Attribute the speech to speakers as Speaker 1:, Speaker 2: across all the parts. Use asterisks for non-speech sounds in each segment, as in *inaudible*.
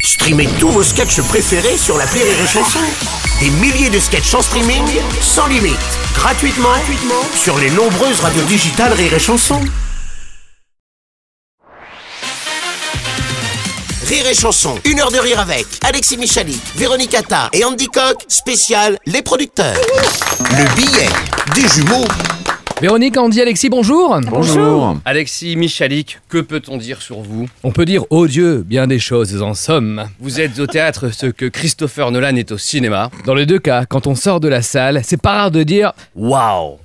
Speaker 1: Streamez tous vos sketchs préférés sur la Rire et Chanson. Des milliers de sketchs en streaming, sans limite, gratuitement, gratuitement sur les nombreuses radios digitales Rire et Chanson. Rire et Chanson, une heure de rire avec Alexis Michalik, Véronique Attard et Andy Coq, spécial Les producteurs. Le billet des jumeaux
Speaker 2: Véronique, Andy, Alexis, bonjour.
Speaker 3: Bonjour.
Speaker 4: Alexis Michalik, que peut-on dire sur vous
Speaker 2: On peut dire, oh Dieu, bien des choses en somme.
Speaker 4: Vous êtes au théâtre ce que Christopher Nolan est au cinéma.
Speaker 2: Dans les deux cas, quand on sort de la salle, c'est pas rare de dire,
Speaker 4: Waouh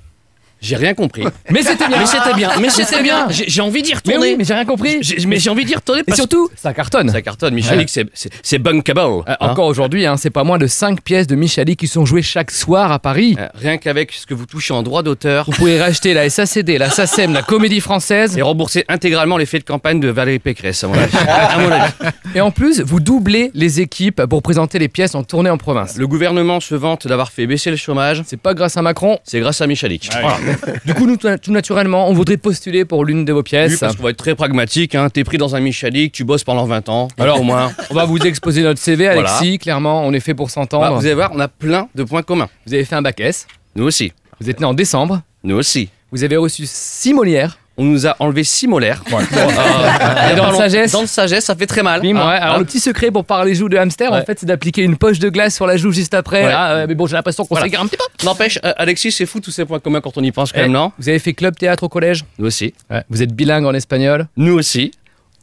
Speaker 4: J'ai rien compris.
Speaker 2: mais c'était bien.
Speaker 5: Mais c'était bien, mais c'était bien.
Speaker 2: bien.
Speaker 5: J'ai j'ai envie d'y
Speaker 2: Mais
Speaker 5: retourner.
Speaker 2: oui, mais j'ai rien compris.
Speaker 5: J'ai- mais j'ai envie d'y retourner
Speaker 2: Et
Speaker 5: parce
Speaker 2: surtout, ça cartonne.
Speaker 4: Ça cartonne, Michalik, c'est- c'est c'est bunkable.
Speaker 2: Euh,
Speaker 5: Ah,
Speaker 4: hein.
Speaker 2: Encore aujourd'hui, hein, c'est pas moins de 5 pièces de Michali qui sont jouées chaque soir à Paris.
Speaker 4: Euh, Rien qu'avec ce que vous touchez en droit d'auteur
Speaker 2: Vous pouvez racheter la SACD, la SACEM, E la Comédie Française.
Speaker 4: et rembourser intégralement les faits de campagne de Valérie Pécresse, à mon *laughs* avis. À mon avis.
Speaker 2: Et en plus, vous doublez les équipes pour présenter les pièces en tournée en province.
Speaker 4: Le gouvernement se vante d'avoir fait baisser le chômage.
Speaker 2: C'est pas grâce à Macron.
Speaker 4: C'est grâce à Michalik. Voilà.
Speaker 2: Du coup, nous, tout tout naturellement, on voudrait postuler pour l'une de vos
Speaker 4: Oui,
Speaker 2: pièces.
Speaker 4: parce qu'on va être très pragmatique, hein. t'es pris dans un Michalik, tu bosses pendant 20 ans. Alors au moins,
Speaker 2: On va vous exposer notre CV,
Speaker 4: Voilà.
Speaker 2: Alexis. Clairement, on est fait pour s'entendre.
Speaker 4: bah, vous allez voir, on a plein de points communs.
Speaker 2: Vous avez fait un bac S.
Speaker 4: Nous aussi,
Speaker 2: Vous êtes né en décembre.
Speaker 4: nous aussi.
Speaker 2: Vous avez reçu 6 Molières.
Speaker 4: On nous a enlevé 6 molaires. euh,
Speaker 2: Et dans le sagesse.
Speaker 4: Dans le sagesse, ça fait très mal.
Speaker 2: Ouais,
Speaker 4: Hein,
Speaker 2: alors
Speaker 4: hein.
Speaker 2: le petit secret pour parler joues de hamster, en
Speaker 4: Ouais.
Speaker 2: fait, c'est d'appliquer une poche de glace sur la joue juste après.
Speaker 4: Ouais.
Speaker 2: Ah, euh, mais bon, j'ai l'impression qu'on
Speaker 4: Voilà.
Speaker 2: s'égare un petit peu.
Speaker 4: N'empêche, euh, Alexis, c'est fou tous ces points communs quand on y pense quand
Speaker 2: Eh,
Speaker 4: même, non
Speaker 2: Vous avez fait club théâtre au collège.
Speaker 4: Nous aussi.
Speaker 2: Vous êtes bilingue en espagnol.
Speaker 4: Nous aussi.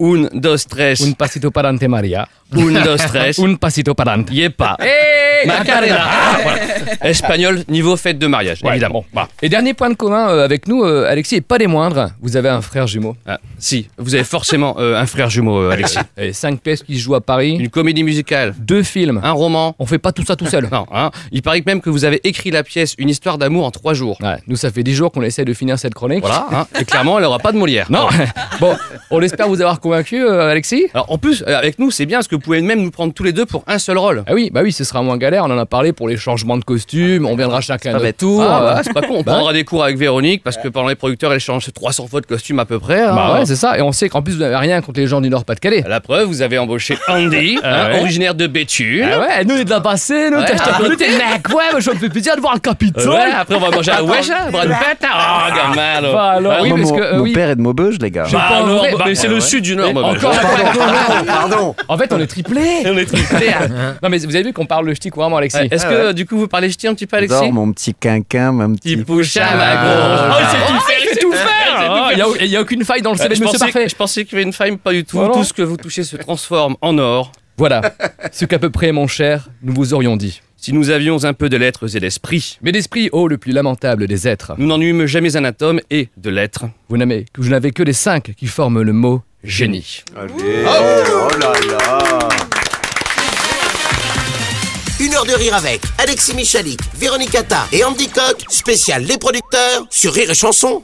Speaker 4: Un, dos, tres.
Speaker 2: Un pasito para ante Maria.
Speaker 4: Un, dos, tres.
Speaker 2: Un pasito para ante.
Speaker 4: Y est pas.
Speaker 2: Eh, Hey,
Speaker 4: Macarena. Ah, voilà. Espagnol, niveau fête de mariage,
Speaker 2: Ouais,
Speaker 4: évidemment.
Speaker 2: bon, bah. Et dernier point de commun euh, avec nous, euh, Alexis, et pas des moindres, vous avez un frère jumeau.
Speaker 4: Ah, si, vous avez forcément euh, un frère jumeau, euh, Alexis.
Speaker 2: Et cinq pièces qui se jouent à Paris,
Speaker 4: Une comédie musicale,
Speaker 2: deux films.
Speaker 4: un roman.
Speaker 2: On fait pas tout ça tout seul.
Speaker 4: Non, hein. Il paraît même que vous avez écrit la pièce Une histoire d'amour en trois jours.
Speaker 2: Ouais, nous, ça fait 10 jours qu'on essaie de finir cette chronique.
Speaker 4: Voilà, hein. et clairement, elle aura pas de Molière.
Speaker 2: Non Bon, on espère vous avoir convaincu, euh, Alexis
Speaker 4: Alors en plus, euh, avec nous, c'est bien parce que vous pouvez même nous prendre tous les deux pour un seul rôle.
Speaker 2: Ah oui, bah oui, ce sera moins galère, on en a parlé pour les changements de costume, on viendra chacun à notre tour.
Speaker 4: Ah, bah,
Speaker 2: euh,
Speaker 4: c'est pas con, on
Speaker 2: Bah
Speaker 4: prendra des cours avec Véronique parce que pendant les producteurs, elle change 300 fois de costume à peu près. hein. Ah,
Speaker 2: bah ouais, c'est ça, et on sait qu'en plus vous n'avez rien contre les gens du Nord-Pas-de-Calais.
Speaker 4: La preuve, vous avez embauché Andy,
Speaker 2: Ah
Speaker 4: hein,
Speaker 2: ouais.
Speaker 4: originaire de Béthune.
Speaker 2: Ah ouais, nous on est de la passée, nous
Speaker 4: bah, Ouais.
Speaker 2: t'as acheté un côté, mec, ouais, moi, je me fais plaisir de voir le
Speaker 4: Euh,
Speaker 2: Capitole.
Speaker 4: ouais, après on va manger à Wesh, hein, bras de bête. Ah, gamin, là.
Speaker 2: Bah alors,
Speaker 4: Ah,
Speaker 2: oui,
Speaker 3: Moi,
Speaker 2: parce
Speaker 3: mon,
Speaker 2: que, euh,
Speaker 3: mon
Speaker 2: oui.
Speaker 3: père est de Maubeuge, les gars.
Speaker 2: Je
Speaker 4: bah,
Speaker 2: pas en
Speaker 4: alors,
Speaker 2: vrai,
Speaker 4: bah,
Speaker 2: mais
Speaker 4: mais
Speaker 2: c'est
Speaker 4: c'est
Speaker 2: le
Speaker 4: le sud du Nord.
Speaker 2: Mais encore la plaque d'honneur.
Speaker 1: Pardon
Speaker 2: En fait, on est triplé.
Speaker 4: on est
Speaker 2: non mais vous avez vu qu'on parle le ch'ti couramment, Alexis.
Speaker 4: Est-ce que du coup vous parlez ch'ti un petit peu, Alexis
Speaker 3: J'adore mon petit quinquin, ma
Speaker 4: Petit
Speaker 3: petite.
Speaker 4: pouce à ma
Speaker 2: Ah.
Speaker 4: gauche.
Speaker 2: Oh, il sait tout
Speaker 4: faire, bah, Ah, il sait tout faire.
Speaker 2: Il n'y a, aucune faille dans le
Speaker 4: Euh,
Speaker 2: CV de
Speaker 4: je,
Speaker 2: Monsieur
Speaker 4: pensais,
Speaker 2: Parfait. Bah
Speaker 4: je pensais qu'il y avait une faille, pas du tout.
Speaker 2: Voilà.
Speaker 4: Tout ce que vous touchez se transforme en or.
Speaker 2: Voilà, *laughs* ce qu'à peu près, mon cher, nous vous aurions dit.
Speaker 4: Si nous avions un peu de lettres et d'esprit,
Speaker 2: Mais d'esprit, ô le plus lamentable des êtres,
Speaker 4: nous n'ennuyons jamais un atome et de lettres.
Speaker 2: vous n'avez que vous n'avez que les cinq qui forment le mot génie.
Speaker 1: Une heure de rire avec Alexis Michalik, Véronique Attard et Andy Coq, spécial Les producteurs sur Rire et Chanson.